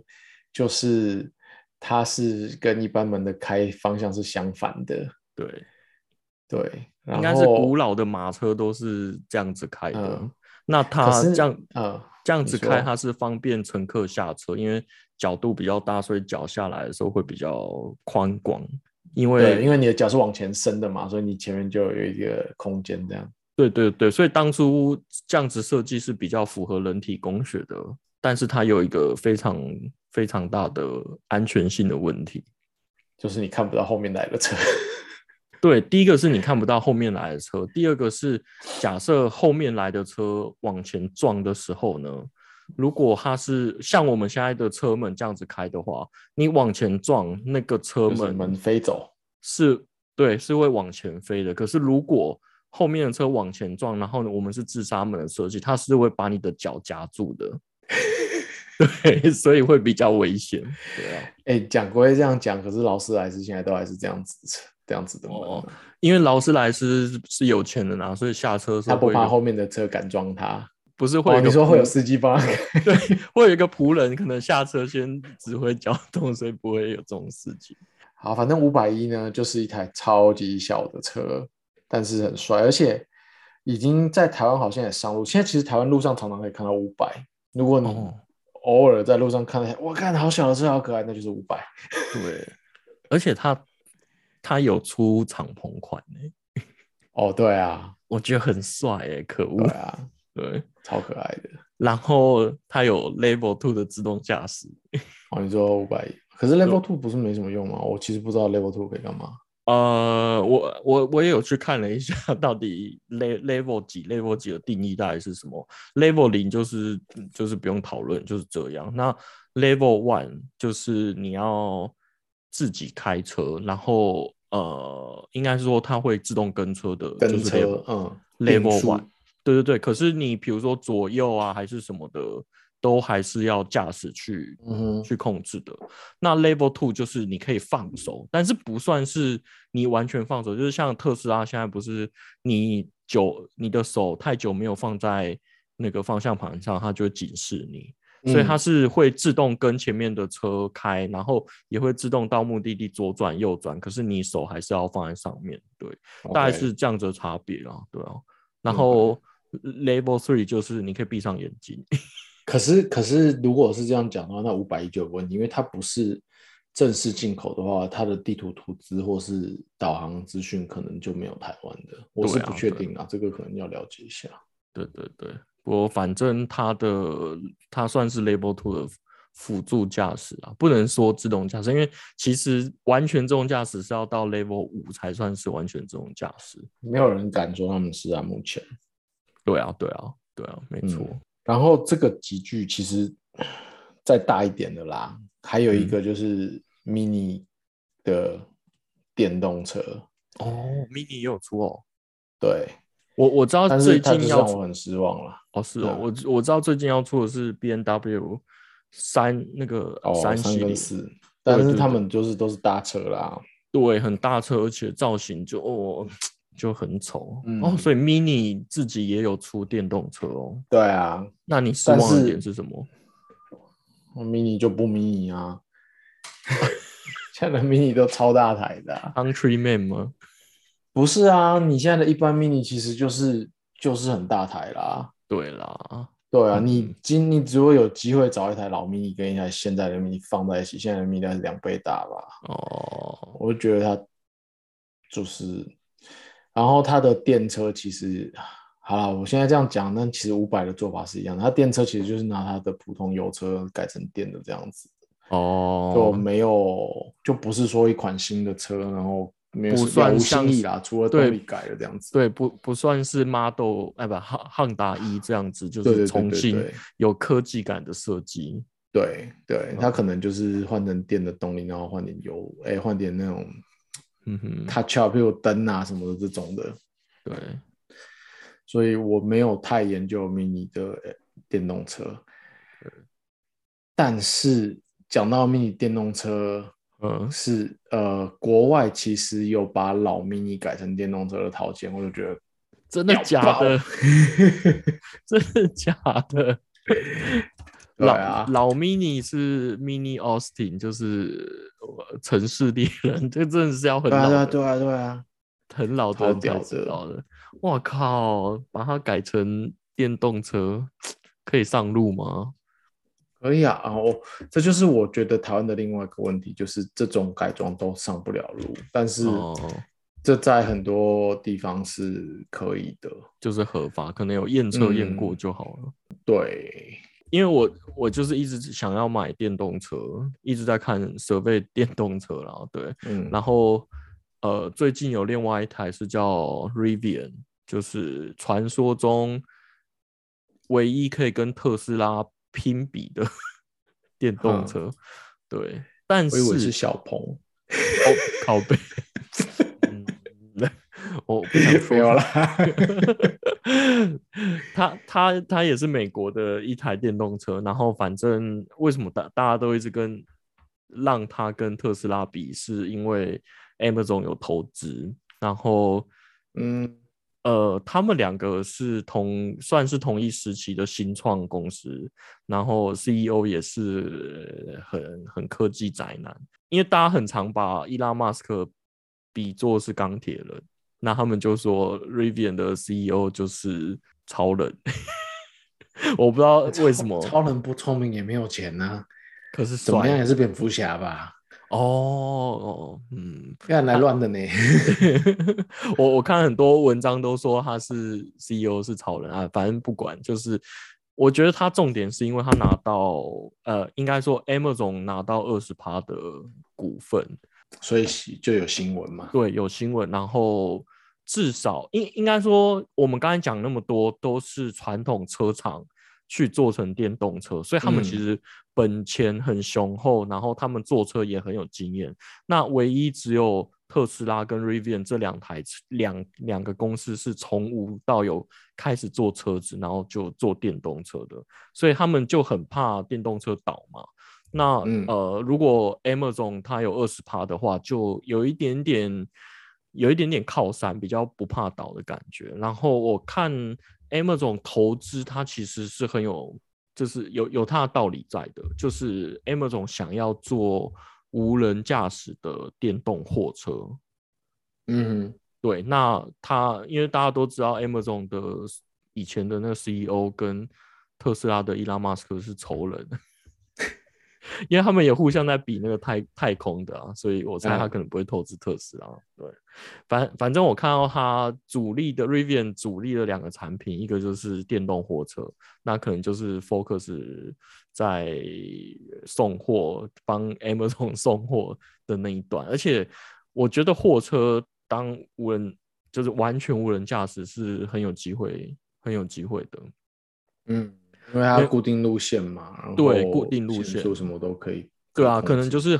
Speaker 2: 就是它是跟一般门的开方向是相反的，
Speaker 1: 对，
Speaker 2: 对，
Speaker 1: 应
Speaker 2: 然后
Speaker 1: 该是古老的马车都是这样子开的。
Speaker 2: 嗯
Speaker 1: 那它
Speaker 2: 是
Speaker 1: 这样
Speaker 2: 嗯
Speaker 1: 这样子
Speaker 2: 你说
Speaker 1: 开，它是方便乘客下车，因为角度比较大，所以脚下来的时候会比较宽广。因为
Speaker 2: 对，因为你的脚是往前伸的嘛，所以你前面就有一个空间这样。
Speaker 1: 对对对，所以当初这样子设计是比较符合人体工学的，但是它有一个非常非常大的安全性的问题。
Speaker 2: 就是你看不到后面来的车，
Speaker 1: 对，第一个是你看不到后面来的车，第二个是假设后面来的车往前撞的时候呢，如果它是像我们现在的车门这样子开的话，你往前撞那个车
Speaker 2: 就是
Speaker 1: 门
Speaker 2: 门飞走，
Speaker 1: 是对，是会往前飞的。可是如果后面的车往前撞，然后呢，我们是自杀门的设计，它是会把你的脚夹住 的。对，所以会比较危险。对啊，
Speaker 2: 哎，讲归这样讲，可是劳斯莱斯现在都还是这样子这样子的门啊，
Speaker 1: 哦因为劳斯莱斯是有钱人啊，所以下车的时
Speaker 2: 他
Speaker 1: 候
Speaker 2: 不
Speaker 1: 会有
Speaker 2: 怕
Speaker 1: 一个
Speaker 2: 后面的车敢撞他。
Speaker 1: 不是会有嗯
Speaker 2: 哦，
Speaker 1: 一个
Speaker 2: 你说会有
Speaker 1: 仆
Speaker 2: 司机帮他开？
Speaker 1: 对， 会有一个仆人可能下车先指挥交通，所以不会有这种事情。
Speaker 2: 好，反正五百一呢，就是一台超级小的车，但是很帅，而且已经在台湾好像也上路。现在其实台湾路上常常可以看到五百，如果你
Speaker 1: 哦，
Speaker 2: 偶尔在路上看到，我看好小的车，好可爱，那就是五百。
Speaker 1: 对，而且它它有出敞篷款诶、
Speaker 2: 哦，对啊，
Speaker 1: 我觉得很帅诶、可恶
Speaker 2: 对， 啊，
Speaker 1: 对。
Speaker 2: 超可爱的。
Speaker 1: 然后它有 Level Two 的自动驾驶
Speaker 2: 哦，你说五百一，可是 Level Two 不是没什么用吗？我其实不知道 Level Two 可以干嘛。
Speaker 1: 呃，我我我也有去看了一下，到底 le- level 几 level 几的定义到底是什么？level 零就是就是不用讨论，就是这样。那 level one 就是你要自己开车，然后呃，应该是说它会自动跟车的，
Speaker 2: 跟
Speaker 1: 就是
Speaker 2: 车
Speaker 1: level
Speaker 2: 嗯
Speaker 1: level
Speaker 2: 定速
Speaker 1: one，对对对。可是你比如说左右啊还是什么的，都还是要驾驶去
Speaker 2: 嗯哼，
Speaker 1: 去控制的。那 Level Two 就是你可以放手，但是不算是你完全放手，就是像特斯拉现在不是你久你的手太久没有放在那个方向盘上，它就会警示你。所以它
Speaker 2: 嗯
Speaker 1: 是会自动跟前面的车开，然后也会自动到目的地左转右转，可是你手还是要放在上面，对。大概
Speaker 2: 嗯 OK
Speaker 1: 是这样子的差别啦，对啊。然
Speaker 2: 明白
Speaker 1: 后 level three 就是你可以闭上眼睛，
Speaker 2: 可是，可是，如果是这样讲的话，那五百一就有问题，因为它不是正式进口的话，它的地图图资或是导航资讯可能就没有台湾的，我是
Speaker 1: 对啊
Speaker 2: 不确定啊，这个可能要了解一下。
Speaker 1: 对对对。我反正它的它算是 level two 的辅助驾驶啊，不能说自动驾驶，因为其实完全自动驾驶是要到 level 五才算是完全自动驾驶。
Speaker 2: 没有人敢说他们是啊，目前。
Speaker 1: 对啊，对啊，对啊，没错。
Speaker 2: 然后这个集聚其实再大一点的啦，还有一
Speaker 1: 嗯
Speaker 2: 个就是 mini 的电动车，
Speaker 1: 哦，mini 也有出哦，
Speaker 2: 对，
Speaker 1: 我我知道
Speaker 2: 但
Speaker 1: 最
Speaker 2: 是它就
Speaker 1: 近
Speaker 2: 是
Speaker 1: 要
Speaker 2: 让
Speaker 1: 出
Speaker 2: 我很失望了。
Speaker 1: 哦，是
Speaker 2: 对
Speaker 1: 哦
Speaker 2: 啊，
Speaker 1: 我知我知道最近要出的是 B N W 三那个
Speaker 2: 哦，
Speaker 1: 三
Speaker 2: 三
Speaker 1: 系列，
Speaker 2: 跟四，但
Speaker 1: 对
Speaker 2: 是
Speaker 1: 对
Speaker 2: 他
Speaker 1: 对
Speaker 2: 们就是都是搭车啦，
Speaker 1: 对，很大车，而且造型就哦就很丑、哦，
Speaker 2: 嗯
Speaker 1: 所以 Mini 自己也有出电动车哦。
Speaker 2: 对啊，
Speaker 1: 那你失
Speaker 2: 但
Speaker 1: 望的
Speaker 2: 是
Speaker 1: 点是什么？
Speaker 2: mini 就不 mini 啊， 现在的 mini 都超大台的啊、
Speaker 1: Country Man 吗？
Speaker 2: 不是啊，你现在的一般 mini 其实就是就是很大台啦。
Speaker 1: 对啦，
Speaker 2: 对啊，
Speaker 1: 嗯
Speaker 2: 你今你只会有机会找一台老 mini 跟一台现在的 mini 放在一起，现在的 mini 大概是两倍大吧，
Speaker 1: 哦，
Speaker 2: 我就觉得它就是，然后它的电车其实，好啦，我现在这样讲，但其实五百的做法是一样的，它电车其实就是拿它的普通油车改成电的这样子。就
Speaker 1: 哦，
Speaker 2: 没有，就不是说一款新的车，然后没有
Speaker 1: 不
Speaker 2: 什么
Speaker 1: 算
Speaker 2: 了无
Speaker 1: 像
Speaker 2: 新意
Speaker 1: 是
Speaker 2: 啦，除了
Speaker 1: 对
Speaker 2: 动力改了这样子。
Speaker 1: 对，不不算是 Model 哎不，汉汉达一这样子，就
Speaker 2: 对
Speaker 1: 是
Speaker 2: 对对
Speaker 1: 重
Speaker 2: 对
Speaker 1: 新
Speaker 2: 对
Speaker 1: 有科技感的设计。
Speaker 2: 对
Speaker 1: 嗯
Speaker 2: 对，它可能就是换成电的动力，然后换点油，哎、换点那种
Speaker 1: 嗯哼，
Speaker 2: touch up 又有灯啊什么的这种的。
Speaker 1: 对，
Speaker 2: 所以我没有太研究 mini 的呃电动车，但是讲到 mini 电动车。
Speaker 1: 嗯，
Speaker 2: 是呃，国外其实有把老 mini 改成电动车的套件，我就觉得
Speaker 1: 真的假 的？ 真的假的？
Speaker 2: 对
Speaker 1: 老、
Speaker 2: 啊
Speaker 1: 老 mini 是 mini Austin，就是呃城市猎人， 这真的是要很
Speaker 2: 对
Speaker 1: 老
Speaker 2: 啊对啊
Speaker 1: 的
Speaker 2: 对啊对啊，
Speaker 1: 很老的
Speaker 2: 超
Speaker 1: 人才
Speaker 2: 屌
Speaker 1: 知
Speaker 2: 的
Speaker 1: 道的。我靠，把它改成电动车，可以上路吗？
Speaker 2: 可以啊，啊，我这就是我觉得台湾的另外一个问题，就是这种改装都上不了路，但是
Speaker 1: 哦
Speaker 2: 这在很多地方是可以的。
Speaker 1: 就是合法，可能有验车验过
Speaker 2: 嗯
Speaker 1: 就好了。
Speaker 2: 对，
Speaker 1: 因为我我就是一直想要买电动车，一直在看 survey 电动车啦，对，
Speaker 2: 嗯，
Speaker 1: 然后呃，最近有另外一台是叫 Rivian，就是传说中唯一可以跟特斯拉拼比的 电动
Speaker 2: 哼
Speaker 1: 车。对，但
Speaker 2: 我
Speaker 1: 是
Speaker 2: 以为是小 鹏，
Speaker 1: 哦，靠背，嗯， 我不想说
Speaker 2: 没有
Speaker 1: 它
Speaker 2: 啦。
Speaker 1: 它它它也是美国的一台电动车，然后反正为什么大大家都一直跟让它跟特斯拉比，是因为 Amazon 有投资，然后
Speaker 2: 嗯，
Speaker 1: 呃，他们两个是同算是同一时期的新创公司，然后 CEO 也是呃很很科技宅男，因为大家很常把伊拉马斯克比作是钢铁人，那他们就说 Rivian 的 CEO 就是超人， 我不知道为什么，
Speaker 2: 超人不聪明也没有钱呐、
Speaker 1: 可是
Speaker 2: 怎么样
Speaker 1: 哦帅
Speaker 2: 也是蝙蝠侠吧？
Speaker 1: 哦哦嗯，
Speaker 2: 不然来 乱的呢。
Speaker 1: 我我看很多文章都说他是 CEO 是超人啊，反正不管，就是我觉得他重点是因为他拿到呃，应该说 Amazon 拿到二十趴的股份，
Speaker 2: 所以就有新闻嘛。
Speaker 1: 对，有新闻，然后至少应应该说我们刚才讲那么多都是传统车厂。去做成电动车，所以他们
Speaker 2: 嗯
Speaker 1: 其实本钱很雄厚，然后他们做车也很有经验，那唯一只有特斯拉跟 Rivian 这两台车两两个公司是从无到有开始做车子，然后就做电动车的，所以他们就很怕电动车倒嘛。那、
Speaker 2: 嗯
Speaker 1: 呃，如果 Amazon 它有二十趴的话，就有一点点有一点点靠山，比较不怕倒的感觉。然后我看 Amazon 投资，它其实是很有就是有有它的道理在的，就是 Amazon 想要做无人驾驶的电动货车。
Speaker 2: 嗯
Speaker 1: 对，那它因为大家都知道 Amazon 的以前的那个 CEO 跟特斯拉的伊拉马斯克是仇人， 因为他们也互相在比那个太太空的啊，所以我猜他
Speaker 2: 嗯
Speaker 1: 可能不会投资特斯拉。对，反反正我看到他主力的 Rivian 主力的两个产品，一个就是电动货车，那可能就是 focus 在送货，帮 Amazon 送货的那一段。而且我觉得货车当无人就是完全无人驾驶是很有机会，很有机会的。
Speaker 2: 嗯，因为它固定路线嘛，然后
Speaker 1: 对固定路线
Speaker 2: 限速什么都可以。
Speaker 1: 对啊，
Speaker 2: 控
Speaker 1: 可能
Speaker 2: 制
Speaker 1: 就是。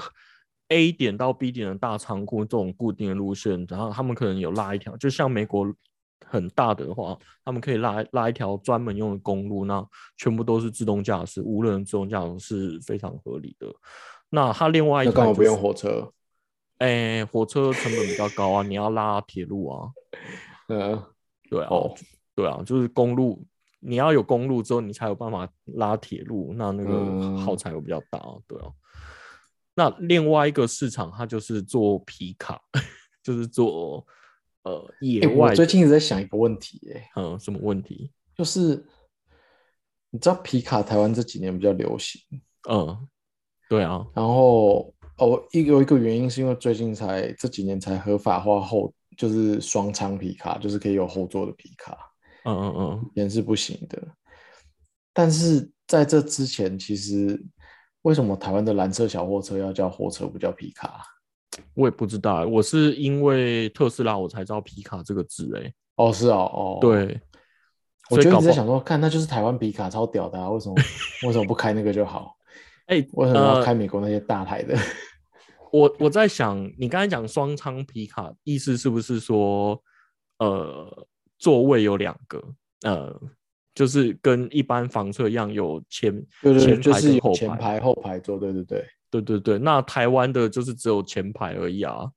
Speaker 1: A 点到 B 点的大仓库这种固定的路线，然后他们可能有拉一条，就像美国很大的话，他们可以拉拉一条专门用的公路，那全部都是自动驾驶，无人自动驾驶是非常合理的。那它另外一
Speaker 2: 那
Speaker 1: 台、
Speaker 2: 干嘛
Speaker 1: 就
Speaker 2: 不用
Speaker 1: 是
Speaker 2: 火车？
Speaker 1: 哎、火车成本比较高啊，你要拉铁路啊，
Speaker 2: 嗯，
Speaker 1: 对啊，
Speaker 2: 哦
Speaker 1: 对啊，就是公路，你要有公路之后，你才有办法拉铁路，那那个
Speaker 2: 嗯
Speaker 1: 耗材会比较大啊，对啊。那另外一个市场，它就是做皮卡， 就是做呃野
Speaker 2: 欸
Speaker 1: 外
Speaker 2: 我
Speaker 1: 的，
Speaker 2: 最近一直在想一个问题、欸，
Speaker 1: 嗯什么问题？
Speaker 2: 就是你知道皮卡台湾这几年比较流行，
Speaker 1: 嗯，对啊，
Speaker 2: 然后哦，一有一个原因是因为最近才这几年才合法化后，就是双舱皮卡，就是可以有后座的皮卡，
Speaker 1: 嗯嗯嗯，
Speaker 2: 人是不行的。但是在这之前，其实为什么台湾的蓝色小货车要叫货车不叫皮卡？
Speaker 1: 我也不知道欸，我是因为特斯拉我才知道皮卡这个字、欸，哎，
Speaker 2: 哦，是哦，哦，，
Speaker 1: 对，
Speaker 2: 我
Speaker 1: 所以
Speaker 2: 就一
Speaker 1: 搞
Speaker 2: 直
Speaker 1: 不
Speaker 2: 在
Speaker 1: 好
Speaker 2: 想说，看那就是台湾皮卡超屌的啊，为什么为什么不开那个就好？
Speaker 1: 哎、
Speaker 2: 为什么要
Speaker 1: 呃
Speaker 2: 开美国那些大台的？
Speaker 1: 我我在想，你刚才讲双舱皮卡，意思是不是说，呃，座位有两个，呃，就是跟一般房车一样有前
Speaker 2: 对对对，
Speaker 1: 前
Speaker 2: 就
Speaker 1: 排
Speaker 2: 是
Speaker 1: 跟
Speaker 2: 有
Speaker 1: 后
Speaker 2: 前
Speaker 1: 排，
Speaker 2: 排后排座，对对对，
Speaker 1: 对对对。那台湾的就是只有前排而已啊。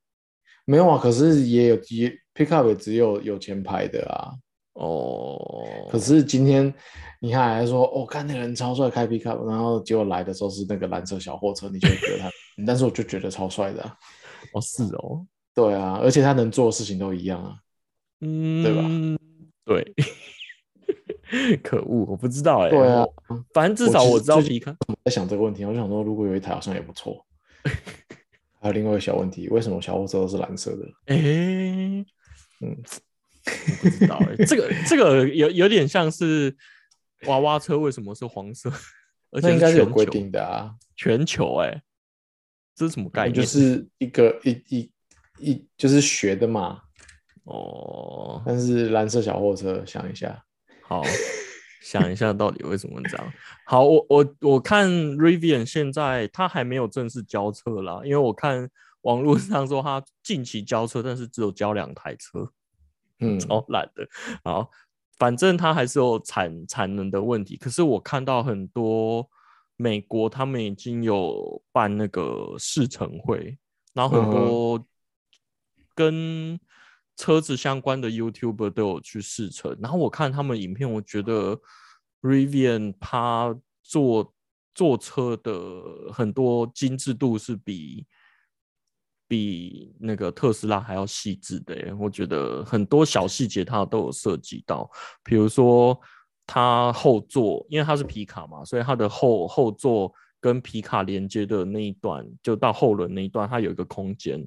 Speaker 2: 没有啊，可是也有也 pickup 也只有有前排的啊。
Speaker 1: 哦，
Speaker 2: 可是今天你看还说哦，看那个人超帅开 pickup，然后结果来的时候是那个蓝色小货车，你就会觉得他， 但是我就觉得超帅的、啊。
Speaker 1: 哦是哦，
Speaker 2: 对啊，而且他能做的事情都一样啊。
Speaker 1: 嗯，
Speaker 2: 对吧
Speaker 1: 吧？对， 可恶，我不知道哎、
Speaker 2: 对啊
Speaker 1: 我，反正至少
Speaker 2: 我其实
Speaker 1: 我知道
Speaker 2: 最近
Speaker 1: 皮卡，
Speaker 2: 我在想这个问题，我就想说，如果有一台好像也不 错。还有另外一个小问题，为什么小货车都是蓝色的？
Speaker 1: 哎、
Speaker 2: 嗯，
Speaker 1: 不知道、 欸，这个这个有有点像是娃娃车为什么是黄色， 而且
Speaker 2: 那应该是有
Speaker 1: 全
Speaker 2: 规
Speaker 1: 球
Speaker 2: 定的啊，
Speaker 1: 全球哎、这是什么概念？
Speaker 2: 就是一个一一一就是学的嘛。
Speaker 1: 哦，
Speaker 2: 但是蓝色小货车，想一下，
Speaker 1: 好，想一下到底为什么这样。好，我我我看 Rivian 现在它还没有正式交车啦，因为我看网络上说它近期交车，但是只有交两台车。
Speaker 2: 嗯，
Speaker 1: 超懒的。好，反正它还是有产产能的问题。可是我看到很多美国他们已经有办那个试乘会，然后很
Speaker 2: 嗯哼
Speaker 1: 多跟车子相关的 YouTuber 都有去试乘，然后我看他们影片，我觉得 Rivian 它做做车的很多精致度是比比那个特斯拉还要细致的耶，我觉得很多小细节它都有涉及到，比如说它后座，因为它是皮卡嘛，所以它的后后座跟皮卡连接的那一段，就到后轮那一段，它有一个空间。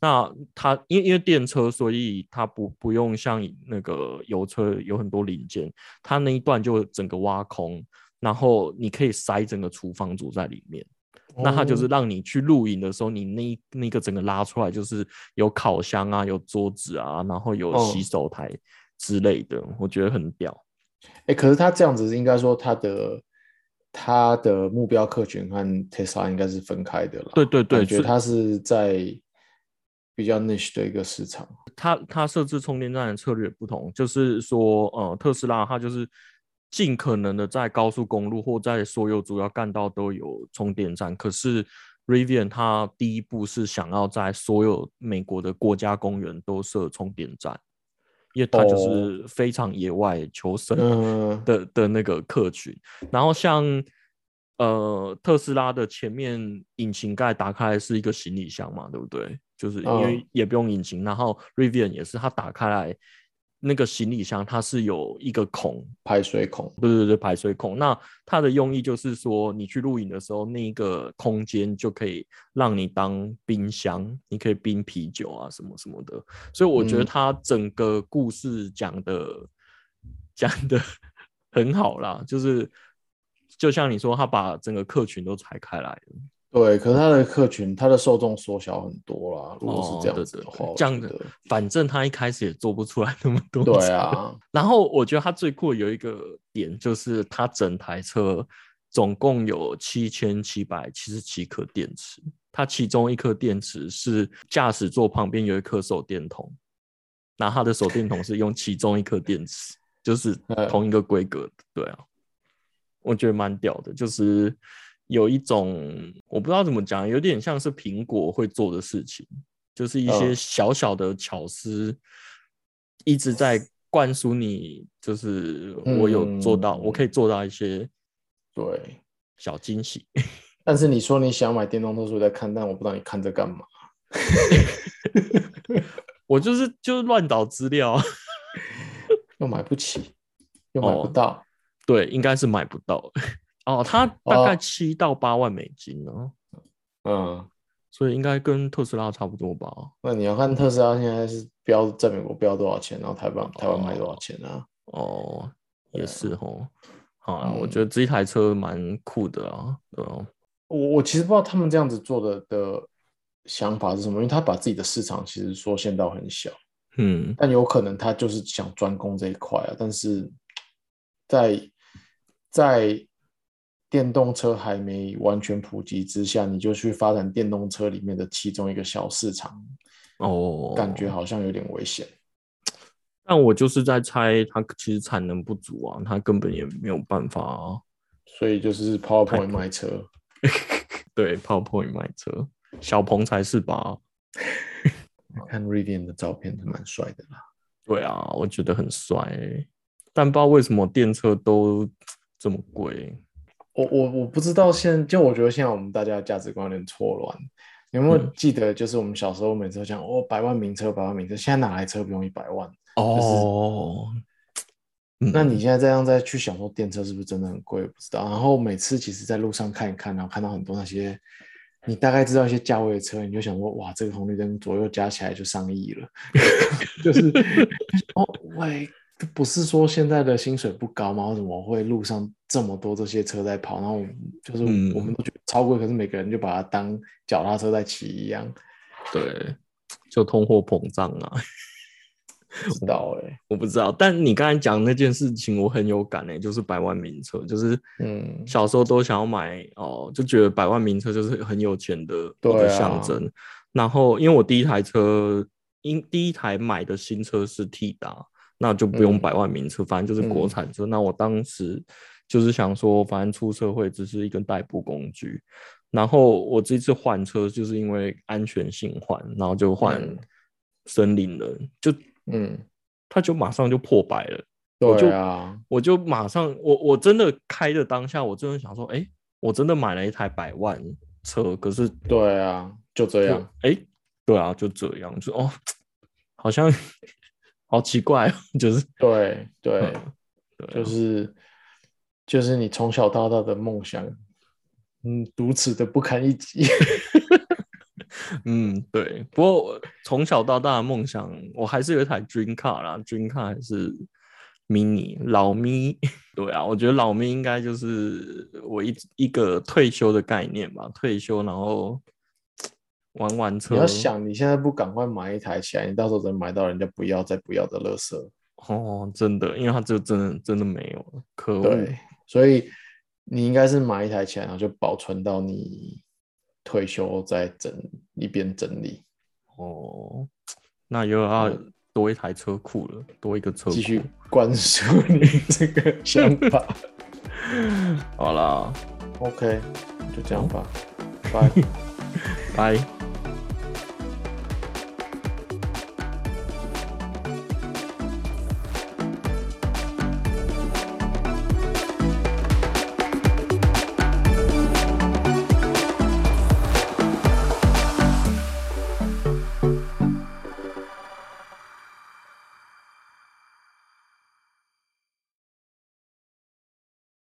Speaker 1: 那它因为因为电车，所以它不不用像那个油车有很多零件，它那一段就整个挖空，然后你可以塞整个厨房组在里面。那它
Speaker 2: 哦
Speaker 1: 就是让你去露营的时候，你那一那个整个拉出来就是有烤箱啊，有桌子啊，然后有
Speaker 2: 哦
Speaker 1: 洗手台之类的，我觉得很屌。
Speaker 2: 哎、可是它这样子应该说它的它的目标客群和 Tesla 应该是分开的啦。
Speaker 1: 对对对，
Speaker 2: 感觉
Speaker 1: 是
Speaker 2: 它是在比较 niche 的一个市场。
Speaker 1: 它它设置充电站的策略不同，就是说，呃，特斯拉它就是尽可能的在高速公路或在所有主要干道都有充电站，可是 Rivian 它第一步是想要在所有美国的国家公园都设充电站，因为它就是非常野外求生
Speaker 2: 嗯，
Speaker 1: 的的那个客群。然后像呃特斯拉的前面引擎盖打开来是一个行李箱嘛，对不对？就是因为
Speaker 2: 嗯
Speaker 1: 也不用引擎，然后 Rivian 也是它打开来那个行李箱，它是有一个孔，
Speaker 2: 排水孔。
Speaker 1: 对对对，排水孔。那它的用意就是说，你去露营的时候，那一个空间就可以让你当冰箱，你可以冰啤酒啊，什么什么的。所以我觉得
Speaker 2: 嗯
Speaker 1: 它整个故事讲的、讲的 很好啦，就是就像你说，他把整个客群都拆开来了。
Speaker 2: 对，可是它的客群，它的受众缩小很多啦。如果是这样子的
Speaker 1: 哦、对
Speaker 2: 话，
Speaker 1: 对
Speaker 2: 我
Speaker 1: 对这样
Speaker 2: 觉
Speaker 1: 的
Speaker 2: 得，
Speaker 1: 反正他一开始也做不出来那么多。
Speaker 2: 对。啊，
Speaker 1: 然后我觉得它最酷的有一个点，就是它整台车总共有七千七百七十七颗电池，它其中一颗电池是驾驶座旁边有一颗手电筒，那它的手电筒是用其中一颗电池，就是
Speaker 2: 嗯
Speaker 1: 同一个规格的，对啊，我觉得蛮屌的，就是有一种我不知道怎么讲，有点像是苹果会做的事情，就是一些
Speaker 2: 嗯
Speaker 1: 小小的巧思，一直在灌输你，就是我有做到，我可
Speaker 2: 嗯
Speaker 1: 以做到一些
Speaker 2: 对。
Speaker 1: 小惊喜。
Speaker 2: 但是你说你想买电动特殊在看，但我不知道你看这干嘛。
Speaker 1: 我就是就是乱找资料 啊，
Speaker 2: 又买不起，又买不
Speaker 1: 哦
Speaker 2: 到。
Speaker 1: 对，应该是买不到哦。它大概
Speaker 2: 哦
Speaker 1: 七到八万美金呢、
Speaker 2: 嗯，
Speaker 1: 所以应该跟特斯拉差不多吧。
Speaker 2: 那你要看特斯拉现在是标在美国标多少钱，然后台湾台湾卖多少钱啊？
Speaker 1: 哦，也是哦。好啊，
Speaker 2: 嗯
Speaker 1: 我觉得这台车蛮酷的啊，对啊
Speaker 2: 我我其实不知道他们这样子做的的想法是什么，因为他把自己的市场其实缩限到很小，
Speaker 1: 嗯，
Speaker 2: 但有可能他就是想专攻这一块啊。但是在在电动车还没完全普及之下，你就去发展电动车里面的其中一个小市场，
Speaker 1: 哦，
Speaker 2: 感觉好像有点危险。
Speaker 1: 但我就是在猜，它其实产能不足啊，它根本也没有办法、啊、
Speaker 2: 所以就是 PowerPoint 卖车，
Speaker 1: 对 PowerPoint 买车。小鹏才是吧？
Speaker 2: 看 Rivian 的照片是蛮帅的啦。
Speaker 1: 对啊，我觉得很帅欸、但不知道为什么电车都这么贵。
Speaker 2: 我我我不知道现就我觉得现在我们大家的价值观有点错乱。你有没有
Speaker 1: 嗯
Speaker 2: 记得，就是我们小时候每次都讲哦，百万名车，百万名车，现在哪来车不用一百万？
Speaker 1: 哦，嗯
Speaker 2: 那你现在这样再去想说电车是不是真的很贵？不知道。然后每次其实在路上看一看，然后看到很多那些，你大概知道一些价位的车，你就想说，哇，这个红绿灯左右加起来就上亿了， 就是哦，喂，不是说现在的薪水不高吗？为什么会路上这么多这些车在跑？然后我们就是
Speaker 1: 嗯
Speaker 2: 我们都觉得超贵，可是每个人就把它当脚踏车在骑一样，
Speaker 1: 对，就通货膨胀啊。
Speaker 2: 不知道哎、
Speaker 1: 我不知道，但你刚才讲那件事情，我很有感诶、欸就是百万名车，就是
Speaker 2: 嗯
Speaker 1: 小时候都想要买哦，就觉得百万名车就是很有钱的一
Speaker 2: 对
Speaker 1: 个
Speaker 2: 啊
Speaker 1: 象征。然后因为我第一台车，因第一台买的新车是 T 达，那就不用
Speaker 2: 嗯
Speaker 1: 百万名车，反正就是国
Speaker 2: 嗯
Speaker 1: 产车。那我当时就是想说，反正出社会只是一个代步工具。然后我这次换车就是因为安全性换，然后就换
Speaker 2: 嗯
Speaker 1: 森林人，就
Speaker 2: 嗯，
Speaker 1: 他就马上就破百了。我就
Speaker 2: 对啊，
Speaker 1: 我就马上，我我真的开的当下，我真的想说，哎、我真的买了一台百万车，可是
Speaker 2: 对啊，就这样。
Speaker 1: 哎、诶对啊，就这样，就哦，好像好奇怪哦，就是
Speaker 2: 对对，
Speaker 1: 对啊、
Speaker 2: 就是就是你从小到大的梦想，嗯，如此的不堪一击。
Speaker 1: 嗯，对。不过我从小到大的梦想，我还是有一台 Dream Car 啦，Dream Car 还是 Mini 老咪。 对啊，我觉得老咪应该就是我一一个退休的概念吧，退休然后玩玩车。
Speaker 2: 你要想，你现在不赶快买一台起来，你到时候真买到人家不要再不要的垃圾。
Speaker 1: 哦，真的，因为它就真的真的没有了，可恶。
Speaker 2: 对，所以你应该是买一台起来，然后就保存到你退休再整一边整理，
Speaker 1: 哦，那又要多一台车库了，多一个车库。
Speaker 2: 嗯继续灌输你这个想 法。
Speaker 1: 好啦，
Speaker 2: OK，就这样吧，拜。
Speaker 1: 拜。